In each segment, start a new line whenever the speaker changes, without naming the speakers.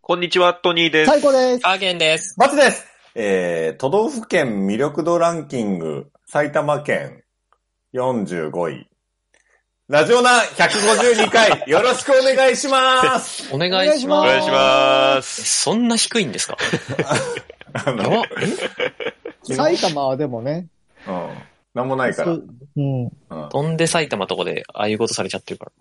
こんにちは、トニーです。
最高です。
アーゲンです。
バツですえー、都道府県魅力度ランキング、埼玉県45位。ラジオナ152回、よろしくお願いし ます
お願いしま
お
す。
願いします。
そんな低いんですか
あ
や
の
ば
ね、
埼玉はでもね、
うん。なんもないか
そ
ら。、
ううんうん。
飛んで埼玉とこで、ああいうことされちゃってるから。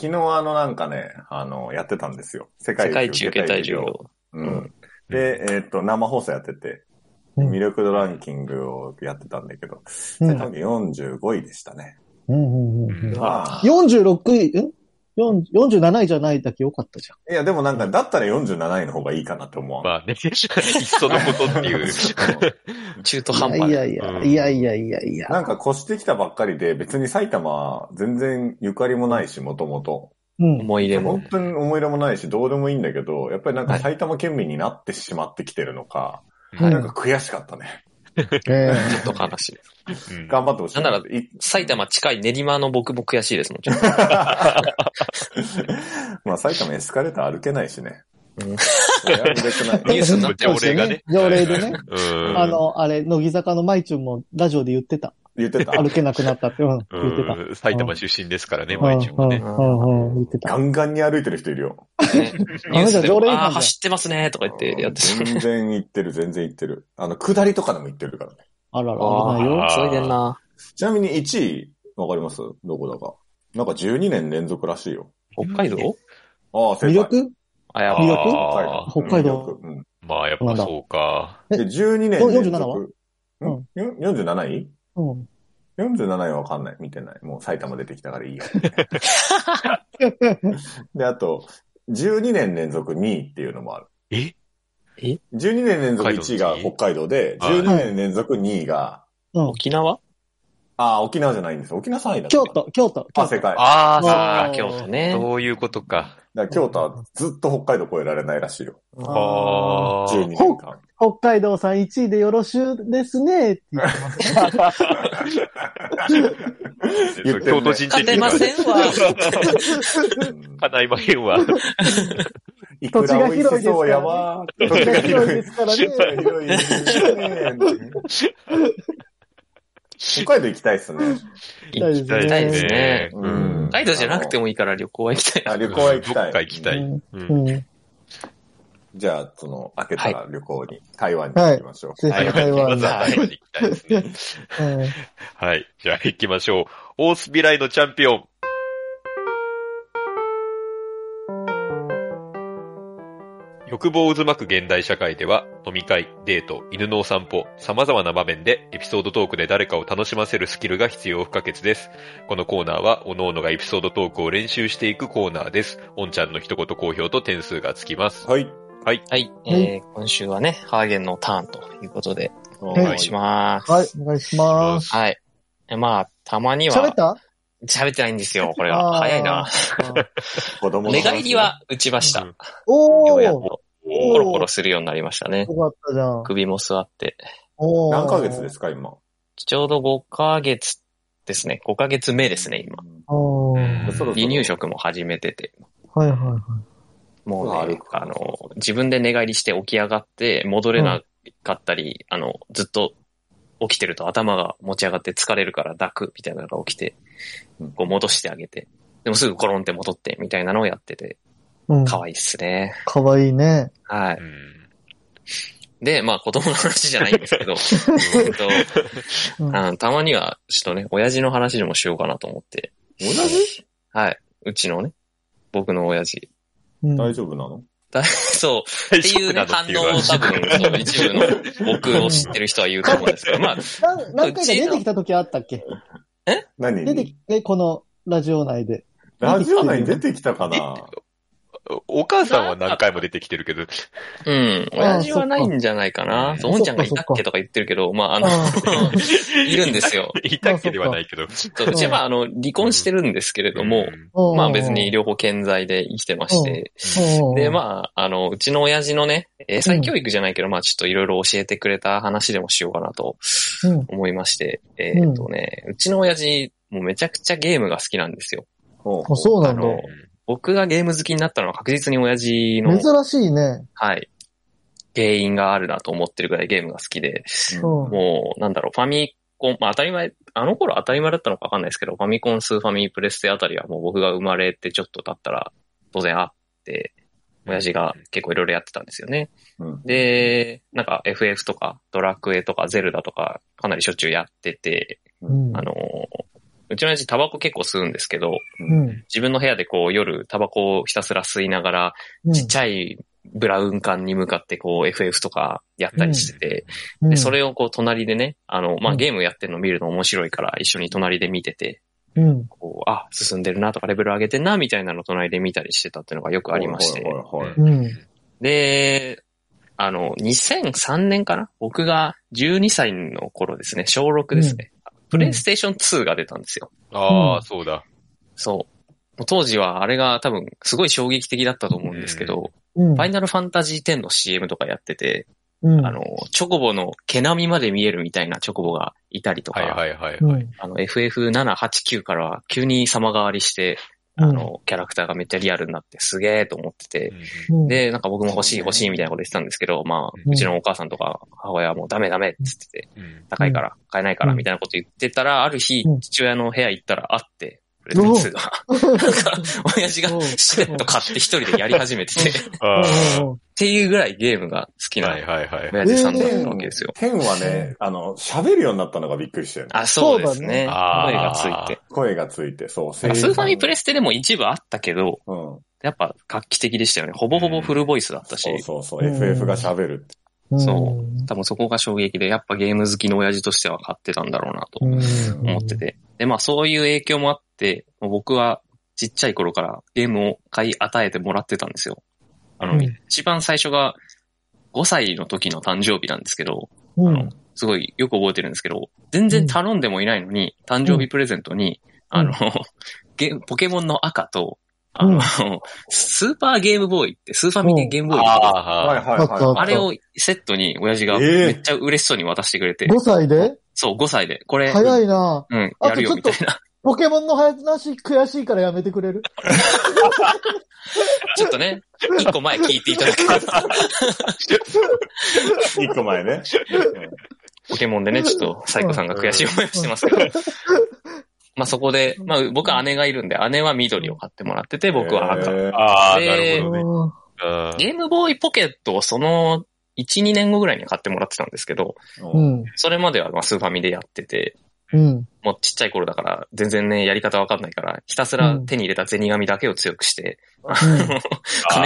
昨日あのなんかね、あの、やってたんですよ。世界
世界一受けたい授業。
うん。で、えーっと、生放送やってて、
うん
魅力度ランキングをやってたんだけど、
うん
埼玉県45位でしたね。
うんうんうん
うん
まあ、
46位、ん4 47位じゃないだけ良かったじゃん。
いやでもなんか、だったら47位の方がいいかなって思わん
まあね、いっそのことっていう。
中途半端
い
で。
やいや
う
いや、
ん
いやいやいやいや。
なんか越してきたばっかりで、別に埼玉は全然ゆかりもないし、もともと。
うん。
思い出も
本。当に思い入れもないし、どうでもいいんだけど、やっぱりなんか埼玉県民になってしまってきてるのか、
はい
なんか悔しかったね。
え
ちょっと悲しい。
うん
頑張ってほしい。
なんなら
い
埼玉近い練馬の僕も悔しいですもん、ちょ っと。
まあ埼玉エスカレーター歩けないしね。
うん
それは嬉しくない
え
ニュースになっ
ちゃう条例がね
条例でね。
うん。
あの、あれ、乃木坂のまいちゅんもラジオで言ってた。
言ってた。
歩けなくなったって、うん、言ってた。
うん、埼玉出身ですからね、
うん
毎日もね。
うんうんうん言って
ガ
た。
ンガンに歩いてる人いるよ。
ねニュース
ダメだ
で
条例違反だよ
ああ、走ってますね、とか言ってやってた。
全然行ってる、全然行ってる。あの、下りとかでも行ってるからね。
あらら、
あ
危ないよ。
ー
あ、急いでんな。
ちなみに1位、わかりますどこだか。なんか12年連続らしいよ。
北海道
ああ、正解
魅力
あ、
魅
やば。
力
あー
北海道。
うん
まあ、やっぱそうか。
で、12年連
これ
続。
47はうん
んよ ?47 位
うん。
?47 位はわかんない。見てない。もう埼玉出てきたからい いや。で、あと、12年連続2位っていうのもある。
え
12年連続1位が北海道で、
北海
道の
12
次
年連続2位が、
うん。
沖縄
ああ、沖縄じゃないんです。沖縄3位だ。
京。都、京都。
あ、正解。だか
あ
あ
あ、
あ、
ー
京都ね。
そういうことか。
ら京都はずっと北海道超えられないらしいよ。
あ
あ
12
ー
年 間。
北海道さん1位でよろしゅうですね、って言ってます ね。
言ってるね
京都人的
勝てませ
に
んわ。
うん
叶いまへんわ。
いくら美味しそうやわ。土
土地が広いで
い
すからね。
広いですね。北海道行きたいっすね。
行きたいですね
ですね。
う
うん
ん。
ガイドじゃなくてもいいから旅行は行きたいな。
あ旅行は行きた
ど
い。
っか行きたい。うん
うん。ぜ
じゃあ、その、開けたら旅行に、台湾に行きましょう。
ひ
はい、
台
ま
湾
ず
で。
は台湾に行きたいですね。
うん
はい。じゃあ行きましょう。オースビライのチャンピオン。欲望を渦巻く現代社会では、飲み会、デート、犬のお散歩、様々な場面でエピソードトークで誰かを楽しませるスキルが必要不可欠です。このコーナーは、おのおのがエピソードトークを練習していくコーナーです。おんちゃんの一言好評と点数がつきます。
はい。
はい、えー、今週はね、ハーゲンのターンということで、
お
お願いしま
はい、お願いします。
す。はい。えまあ、たまには、
喋った
喋ってないんですよ、これ
あー
は。早いな。
す。子供の
寝
話
返りは打ちました。
うん
お
ようやく、
ー、
コロコロするようになりましたね。
よかったじゃん。
首も座って。
おー
何ヶ月ですか、今。
ちょうど5ヶ月ですね。5ヶ月目ですね、今。
おー
そろそろ。
離乳食も始めてて。
はいはいはい。
もう
歩
ね
く、か
あの、自分で寝返りして起き上がって、戻れなかったり、あの、ずっと起きてると頭が持ち上がって疲れるから抱くみたいなのが起きて
うん、
こう戻してあげて、でもすぐコロンって戻ってみたいなのをやってて、
うん、
可愛いっすね。
かわいいね。
は
う
い。
ん
で、まあ子供の話じゃないんです けど、えっと
うん
あのたまにはちょっとね、親父の話でもしようかなと思って、
同じ
はい。うちのね、僕の親父。
うん
大丈夫なの
そう、
大
って
丈
いう
夫
ね、
な
反
のっていう
応を多分、その一部の僕を知ってる人は言うと思うんですけど、まあ、
何何回か出てきた時あったっけ
何
出てきて、このラジオ内で。
ラジオ内に出てきたかな
お母さんは何回も出てきてるけど、
うん、親父はないんじゃないかな。
そ
そう、おんちゃんがいたっけとか言ってるけど、まあ、あの、 いるんですよ。
いたっけではないけど。
そううちは、まあ、あの、離婚してるんですけれども、まあ別に両方健在で生きてまして、で、
あ
まあ、あの、うちの親父のね、英才教育じゃないけど、まあちょっといろいろ教えてくれた話でもしようかなと
ー。うん
思いまして、えーっとね、うちの親父、もうめちゃくちゃゲームが好きなんですよ。
ほう
あ、そうな
あ
んだ。
の、僕がゲーム好きになったのは確実に親父の、
珍しいね。
はい、原因があるなと思ってるぐらいゲームが好きで、
うん。
もう、なんだろう、ファミコン、まあ当たり前、あの頃当たり前だったのかわかんないですけど、ファミコン、スーファミ、プレステあたりはもう僕が生まれてちょっと経ったら、当然あって、親父が結構いろいろやってたんですよね。
うん
で、なんか FF とか、ドラクエとか、ゼルダとか、かなりしょっちゅうやってて、
うん
あのーうちの親父タバコ結構吸うんですけど、
うん
自分の部屋でこう夜タバコをひたすら吸いながら、
うん
ちっちゃいブラウン管に向かってこう FF とかやったりしてて、で、そ、れをこう隣でね、あの、ま
う
あ、
ん
ゲームやってるの見るの面白いから一緒に隣で見てて、
うん。
こう、あ、進んでるなとかレベル上げてんなみたいなの隣で見たりしてたっていうのがよくありまして。
はいはいはい
うん。
で、あの、2003年かな僕が12歳の頃ですね、小6ですね。プレイステーション2が出たんですよ。
ああ、
うん
そうだ。
そう。もう当時はあれが多分すごい衝撃的だったと思うんですけど、
うん。
ファイナルファンタジー10の CM とかやってて、
うん。
あの、チョコボの毛並みまで見えるみたいなチョコボがいたりとか、
はいはいはい。
うん、
あの、FF789 からは急に様変わりして、
うん
あの、キャラクターがめっちゃリアルになってすげえと思ってて、
うん、
で、なんか僕も欲しい欲しいみたいなこと言ってたんですけど、まあ、
うん
うちのお母さんとか母親はもうダメダメっつってて、
うんうん
高いから買えないから
うん
みたいなこと言ってたら、ある日
うん、
父親の部屋行ったら会って、プレゼンツが、親父が
うん
しれっと買って一人でやり始めてて、っ
あー
うん
ていうぐらいゲームが好きな
はいはいはい。
親父さんだったわけですよ。
天はね、あの、喋るようになったのがびっくりしたよね。
あ、そうですね。
そうだね
声がついて。
声がついて、そう、
なんかスーファミプ
レ
レステでも一部あったけど、
うん。
やっぱ画期的でしたよね。ほぼほぼフルボイスだったし、
そうそうそう、
うん
FF が喋るって。
うん
そ多分そこが衝撃で、やっぱゲーム好きの親父としては買ってたんだろうなと
うん
思ってて。で、まあそういう影響もあって、もう僕はちっちゃい頃からゲームを買い与えてもらってたんですよ。あの、
うん
一番最初が5歳の時の誕生日なんですけど、
う
あ
ん
の。すごいよく覚えてるんですけど、全然頼んでもいないのに、誕生日プレゼントに、
うん
あの、 ゲポケモンの赤と、あの、
うん
スーパーゲームボーイって、スーファミでゲームボーイって
ああ、
はい
あった
あれをセットに親父が
ええ
めっちゃ嬉しそうに渡してくれて、
5歳で
そう、5歳で、これ、
早いな
うん、
あと
やるよみたいな。
ポケモンの早なし悔しいからやめてくれる
ちょっとね、1個前聞いていただければ
一個前ね。
ポケモンでね、ちょっとサイコさんが悔しい思いをしてますけど。まあそこで、まあ僕は姉がいるんで、姉は緑を買ってもらってて、僕は赤。
えー
ああ、
で
なるほどね。
うん
うん
ゲームボーイポケットをその1、2年後ぐらいに買ってもらってたんですけど、
う
うん
ん。
それまではまあスーファミでやってて、
うん。
もうちっちゃい頃だから全然ね、やり方わかんないから、ひたすら手に入れた銭紙だけを強くして、カネ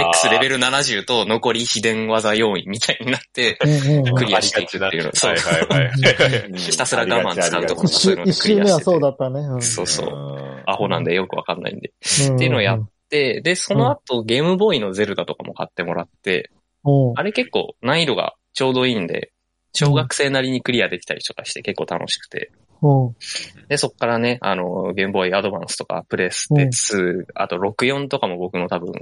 ックスレベル70と残り秘伝技4位みたいになって、
うんうん
クリアしていくっていうの。
は
そう
いはいはい。
ひたすら我慢使うとこ
一周、一周目はそうだったね。うん
そう
そ
そう。
う。
アホなんでよくわかんないんで。
ん
っていうのをやで、で、その後、ゲームボーイのゼルダとかも買ってもらって、
うん
あれ結構難易度がちょうどいいんで、小学生なりにクリアできたりとかして結構楽しくて。
うん
で、そっからね、あの、ゲームボーイアドバンスとか、プレステ2、あと64とかも僕の多分、
うん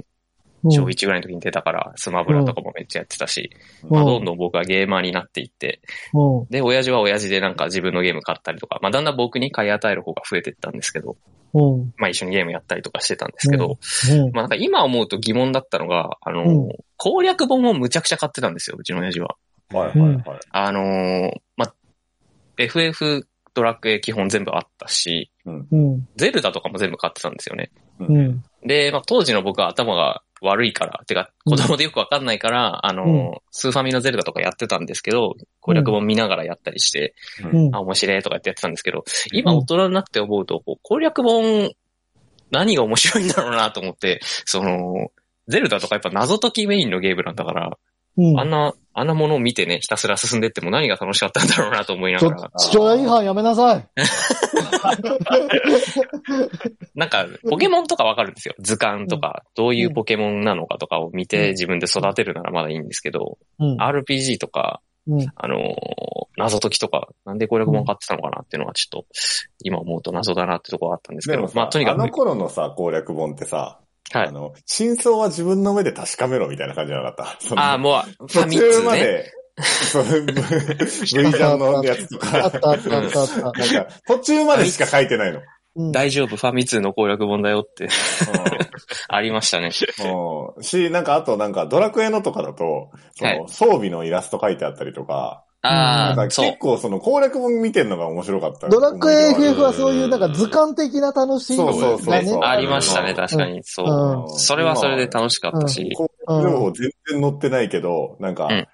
小1ぐらいの時に出たから、スマブラとかもめっちゃやってたし、
うん
まあどんどん僕はゲーマーになっていって、
うん
で、親父は親父でなんか自分のゲーム買ったりとか、まあだんだん僕に買い与える方が増えてったんですけど、
うんうん
まあ一緒にゲームやったりとかしてたんですけど、
うん
まあなんか今思うと疑問だったのが、あの、
うん
攻略本をむちゃくちゃ買ってたんですよ、うちの親父は。
はいはいはい。
あのーまあ、FF ドラクエ基本全部あったし、
うん
ゼルダとかも全部買ってたんですよね。
うん
で、まあ当時の僕は頭が悪いから、てか子供でよくわかんないから、あのー
うん
スーファミのゼルダとかやってたんですけど、攻略本見ながらやったりして、
うん
あ、面白いとかやってやってたんですけど、今大人になって思うと、こう攻略本何が面白いんだろうなと思って、その、ゼルダとかやっぱ謎解きメインのゲームなんだから、
うん
あんな、あんなものを見てね、ひたすら進んでっても何が楽しかったんだろうなと思いな
ち
が
ょ
ら、
父親違反やめなさい。
なんか、ポケモンとかわかるんですよ。図鑑とか、どういうポケモンなのかとかを見
うん
て自分で育てるならまだいいんですけど、
うん
RPG とか、
うん
あのー謎解きとか、なんで攻略本買ってたのかなっていうのはちょっと、今思うと謎だなってところがあったんですけ
で
ど
も、
ま
さ
あ、とにか
あの
く、
頃のさ、攻略本ってさ、
は
あ
い。
の、真相は自分の目で確かめろみたいな感じじゃなかった。その
ああ、もう、ファ
途
ミ通
中ま
ね。
で、 そう、V ジャンのやつと
あ
か
っ、たあったあったあった。
なんか、途中までしか書いてないの。
うん
大丈夫、ファミ通の攻略本だよって、
う
ありましたね。
んうんし、なんかあとなんかドラクエのとかだと、そ
はい
の装備のイラスト書いてあったりとか、
あ
なん
あ、
か
そう
結。構その攻略本見てんのが面白かった。
ドラクエ FF はそういううんなんか図鑑的な楽しみ
そうそうそう
がね。
ありましたね、
うん
確かに。そうう。
ん
それはそれで楽しかったし。
こう情報全然載ってないけど、なんか、
うん
あ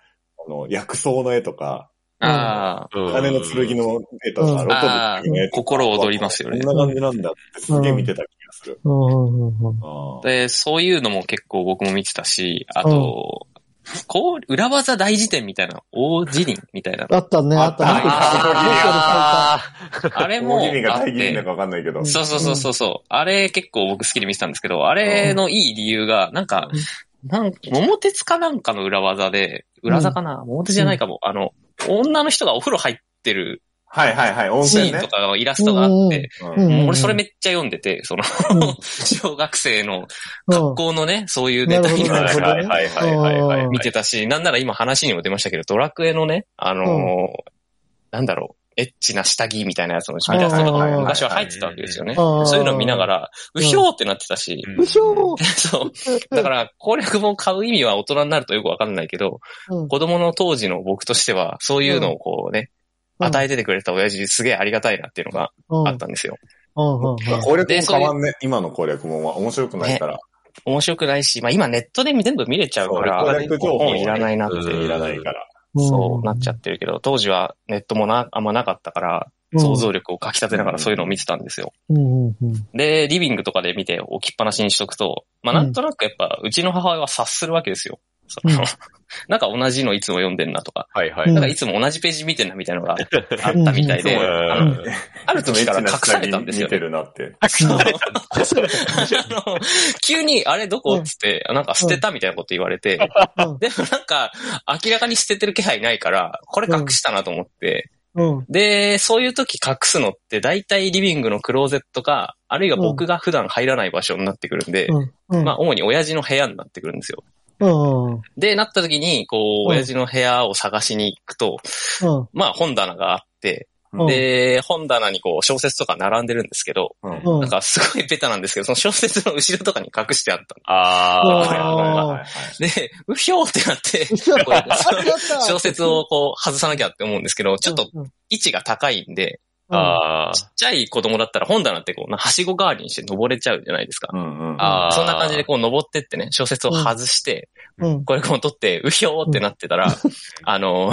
の、薬草の絵とか、
うん
あ
うん
鋼の剣の絵とか、
うん
ロト
あ
ブの絵
ー、
とか。
心躍りますよね。
こんな感じなんだってすげえ見てた気がする。
うんうんうんうん
あー
で、そういうのも結構僕も見てたし、あと、こう、裏技大辞典みたいな、大辞任みたいなの。
あったね、あったね。
あ
あーあれも
大義理が
あっ
大義理なの
て、
かわかんないけど。
そうそうそうそうそう、あれ結構僕好きで見てたんですけど、あれのいい理由が、なんか、なん桃鉄かなんかの裏技で、裏技かな、桃鉄じゃないかも、あの、女の人がお風呂入ってる
はいはいはい、温
シ
泉
ーン
ね
と。かのイラストがあって、
うん
うん
もう俺それめっちゃ読んでて、その、
うん
小学生
う
の
ん
学校のね、そういうネタに
な
な
る
る
ほ
か
ど
はい
ら
はいはいはいはい。
うん
見てたし、なんなら今話にも出ましたけど、ドラクエのね、あのーなんだろう、エッチな下着みたいなやつのイラストと
は
か
いはいはい
も昔は入ってたわけですよね。
うん
そういうのを見ながら、
うん
うひょーってなってたし、
うん
うひょー
そう。だから、攻略本買う意味は大人になるとよくわかんないけど、
うん
子供の当時の僕としては、そういうのをこうね、
うん
与えててくれた親父すげえありがたいなっていうのがあったんですよ。
うんうんうん
まあ攻略
で
も
そうい
変
う
わんね。今の攻略もまあ面白くないから。
面白くないし、まあ今ネットで全部見れちゃうから、
そう攻略情報ね
本いらないなって
うん
いらないから。
そうなっちゃってるけど、当時はネットもな、あんまなかったから、想像
力。
力をかき立てながらそういうのを見てたんですよ。
うんうんうん
で、リビングとかで見て置きっぱなしにしとくと、まあなんとなくやっぱ、うちの母親は察するわけですよ。その
うん
なんか同じのいつも読んでんなとか、
はいは
う
い。
ん
なんかいつも同じページ見てんなみた いなのがあったみたいで、
うん
あのある時から隠されたんですよ
見て
ね。
るなって。
あの急に、あれどこっつって、なんか捨てたみたいなこと言われて、
うん
でもなんか、明らかに捨ててる気配ないから、これ隠したなと思って、
うん
で、そういう時隠すのって、大体リビングのクローゼットか、あるいは僕が普段入らない場所になってくるんで、
うんうん
まあ、主に親父の部屋になってくるんですよ。
うんうん
で、なった時に、こう、
うん
親父の部屋を探しに行くと、まあ、本棚があって、
うん
で、本棚にこう、小説とか並んでるんですけど、
うん
うん
なんかすごいベタなんですけど、その小説の後ろとかに隠してあったの。
あ
あー
あ、
はいはいはいはい
で、うひょーってなって、
後ろ
こうやって
あれだった
小説をこう、外さなきゃって思うんですけど、ちょっと
うんうん
位置が高いんで、
ああ
ちっちゃい子供だったら本棚ってこう、なはしご代わりにして登れちゃうじゃないですか。
うんうん
あー
そんな感じでこう登ってってね、小説を外して、
うん
これこう取って、うひょーってなってたら、あの、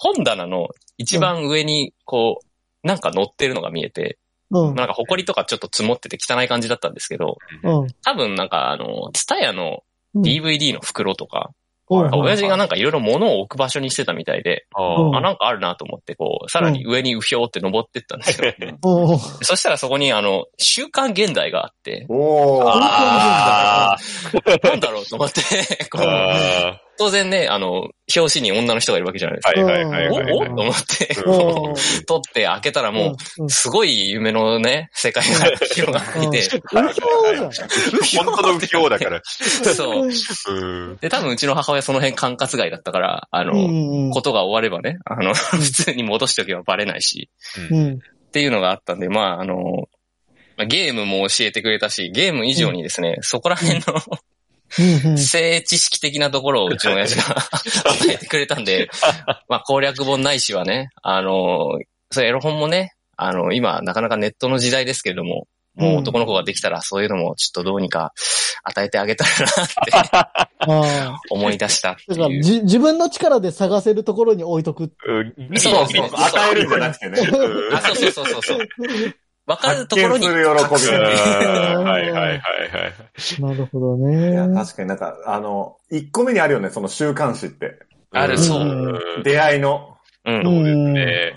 本棚の一番上にこう、なんか乗ってるのが見えて、
うん
なんか埃とかちょっと積もってて汚い感じだったんですけど、
うん
多分なんかあの、ツタヤの DVD の袋とか、
うん
親父がなんかいろいろ物を置く場所にしてたみたいで、
うん
あ、なんかあるなと思って、こう、さらに上にうひょーって登ってったんですよ。
うんうん
そしたらそこに、あの、週刊現代があって、
おー。
あ
なんだろうと思って、こう
あ
当然ね、あの、表紙に女の人がいるわけじゃないですか。
はいはいはいはい。
おお
い
と思って、
うん
撮って開けたらもう、すごい夢のね、世界が広がって
うん
いて、
うん嘘じ
本当の不況だから。
そう。
うーん。
で、多分うちの母親その辺管轄外だったから、あ
ゃん。
の、
うん
ことが終わればね、あの、普通に戻しておけばバレないし、
うん
っていうのがあったんで、まあ、あの、まあゲームも教えてくれたし、ゲーム以上にですね、そこら辺の
うんうん
性知識的なところをうちの親父が与えてくれたんで、まあ、攻略本ないしはね、あの、そうエロ本もね、あの、今、なかなかネットの時代ですけれども、もう男の子ができたら、そういうのもちょっとどうにか与えてあげたらなって
あ
思い出したって
ーだから
いう。
じ自分の力で探せるところに置いとく。
うん
そうそうそう
与えるんじゃなくてね。
うん
あ、そうそうそうそうそう。わかるところに
発見する喜び
うん
隠すっていう
はいはいはいはい。
なるほど
いや、
ね。
確かになんか、あの、1個目にあるよね、その週刊誌って。
あるそう
うん
出会いの。
うん
そうです
う
ね。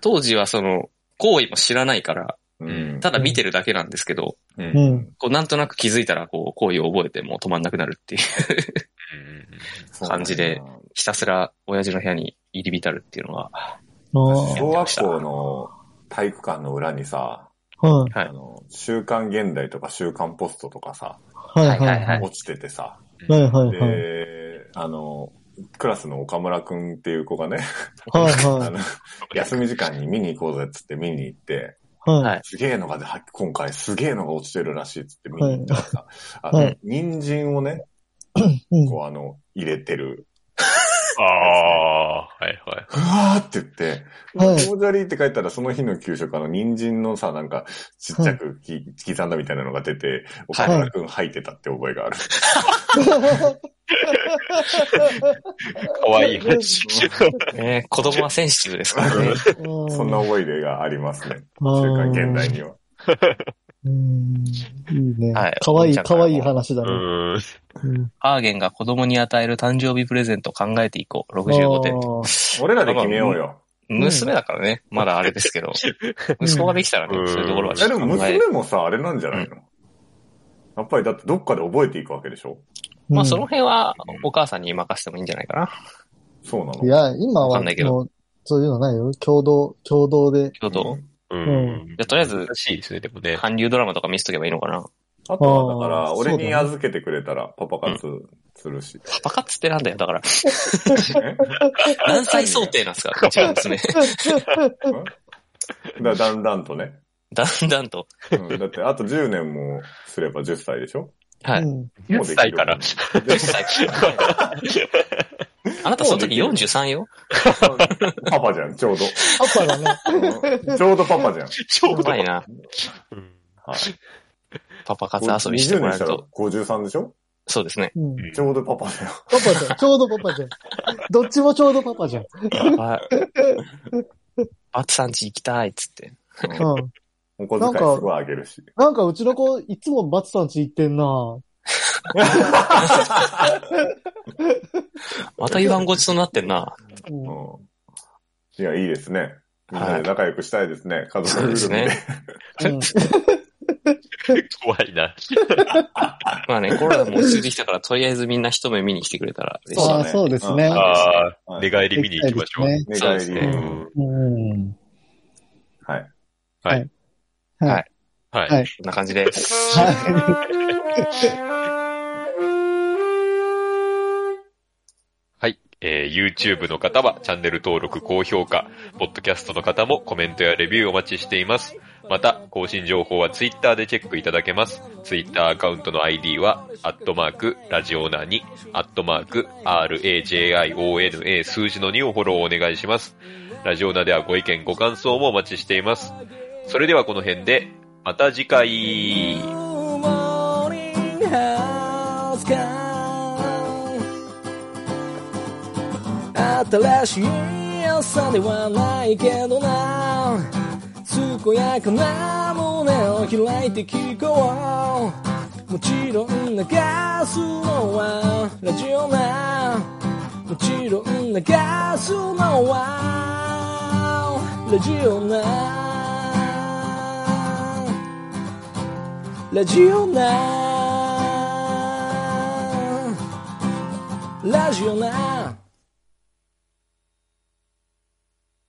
当時はその、行為も知らないから、
ん
ただ見てるだけなんですけど、
う。
うんん。
こうなんとなく気づいたら、こう、行為を覚えてもう止まんなくなるっていう、
そう
感じで。ひたすら親父の部屋に入り浸るっていうのは、
あ
小学校の体育館の裏にさ、
あ。はい。
はい
あの、週刊現代とか週刊ポストとかさ、
はいはいはい。
落ちててさ、
はいはいはい。
で、あの、クラスの岡村くんっていう子がね、
はい
あ
は
の、休み時間に見に行こうぜっつって見に行って、
い。は。
はいい。
すげえのがで、は今回すげえのが落ちてるらしいっつって見に行ったらさ、
は
あの
い、
人参をね、
うん
こうあの、入れてる、
ああ、はいはい。
ふわーって言って、
は
はいい、気持ち悪いって書いたら、その日の給食、あの、人参のさ、なんか、ちっちゃくき刻んだみたいなのが出て、岡村くん吐いてたって覚えがある。
かわいい話。
ね子供はセンシティブですから ね。
そ
そ
んな覚えがありますね。中間現代には。
うん。いいね。
はい
かわい
お兄
い、
ちゃん
か
から
わいい話だ
う
ね。
ーん。
うん
ハーゲンが子供に与える誕生日プレゼントを考えていこう。65点。
あー
俺らで決めようよ。
ん
娘だからね、まだあれですけど。
ん
息子ができたらね
う、ん
そういうところは
え、
ち
で
ょっと
も
考え
娘もさ、あれなんじゃないのやっぱりだってどっかで覚えていくわけでしょ
まあその辺は
うん
お母さんに任せてもいいんじゃないかな。
そうなの
いや、今
わ
は
かんないけど
もう、そういうのないよ。共同、共同で。
ちょっと、
うん。
じゃあとりあえず
難しいですね、でもね。
韓流ドラマとか見せとけばいいのかな。
あとは、だか
あ
ら、
ー
俺に預けてくれたら、パパ活するし。
パパ活ってなんだよ、だから。
ね
何歳想定なんですか、うちの 娘。
だだんだんとね。
だんだんと。
うんだって、あと10年もすれば10歳でしょ
はい。
うん
も
10
うできる
歳から。
10歳 あなたその時43よ
パパじゃん、ちょうど。
パパがね。
うんちょうどパパじゃん。
ちょ
う
うど
まい。な。
うん
はい。
パパ活遊びしても
20年
らえ
し
る
たら
と。
53でしょ
そうですね。
うん
ちょうどパパだよ。
パパ じゃん。ちょうどパパじゃん。どっちもちょうどパパじゃん。
はい。バツさんち行きたいっつって。
うん。
お小遣いすごいあげるし。
なんかうちの子、いつもバツさんち行ってんな
また言わんごちそうになってんな。
うん
うんいや、いいですね。みんな
は
で
い
仲良くしたいですね。家族
そうですね。
うん
怖いな。
まあね、コロナも落ち着いてきたから、とりあえずみんな一目見に来てくれたら嬉しい
あ。ーそうですね
ああ、
あ
寝返り見に行きましょう。
行き
寝
そう
返
です
り。
ね。
うん
うん。
はい。
はい。
はい
はい。
はい
こんな感じです。
はい。えー YouTube の方はチャンネル登録、高評価、Podcast の方もコメントやレビューお待ちしています。また、更新情報は Twitter でチェックいただけます。Twitter アカウントの ID は、アットマーク、ラジオナーに、アットマーク、RAJIONA 数字の2をフォローお願いします。ラジオナではご意見、ご感想もお待ちしています。それではこの辺で、また次回。
morning house girl 新しい朝ではないけどな健やかな胸を開いて聞こうもちろん流すのはラジオなもちろん流すのはラジオなラジオなラジオな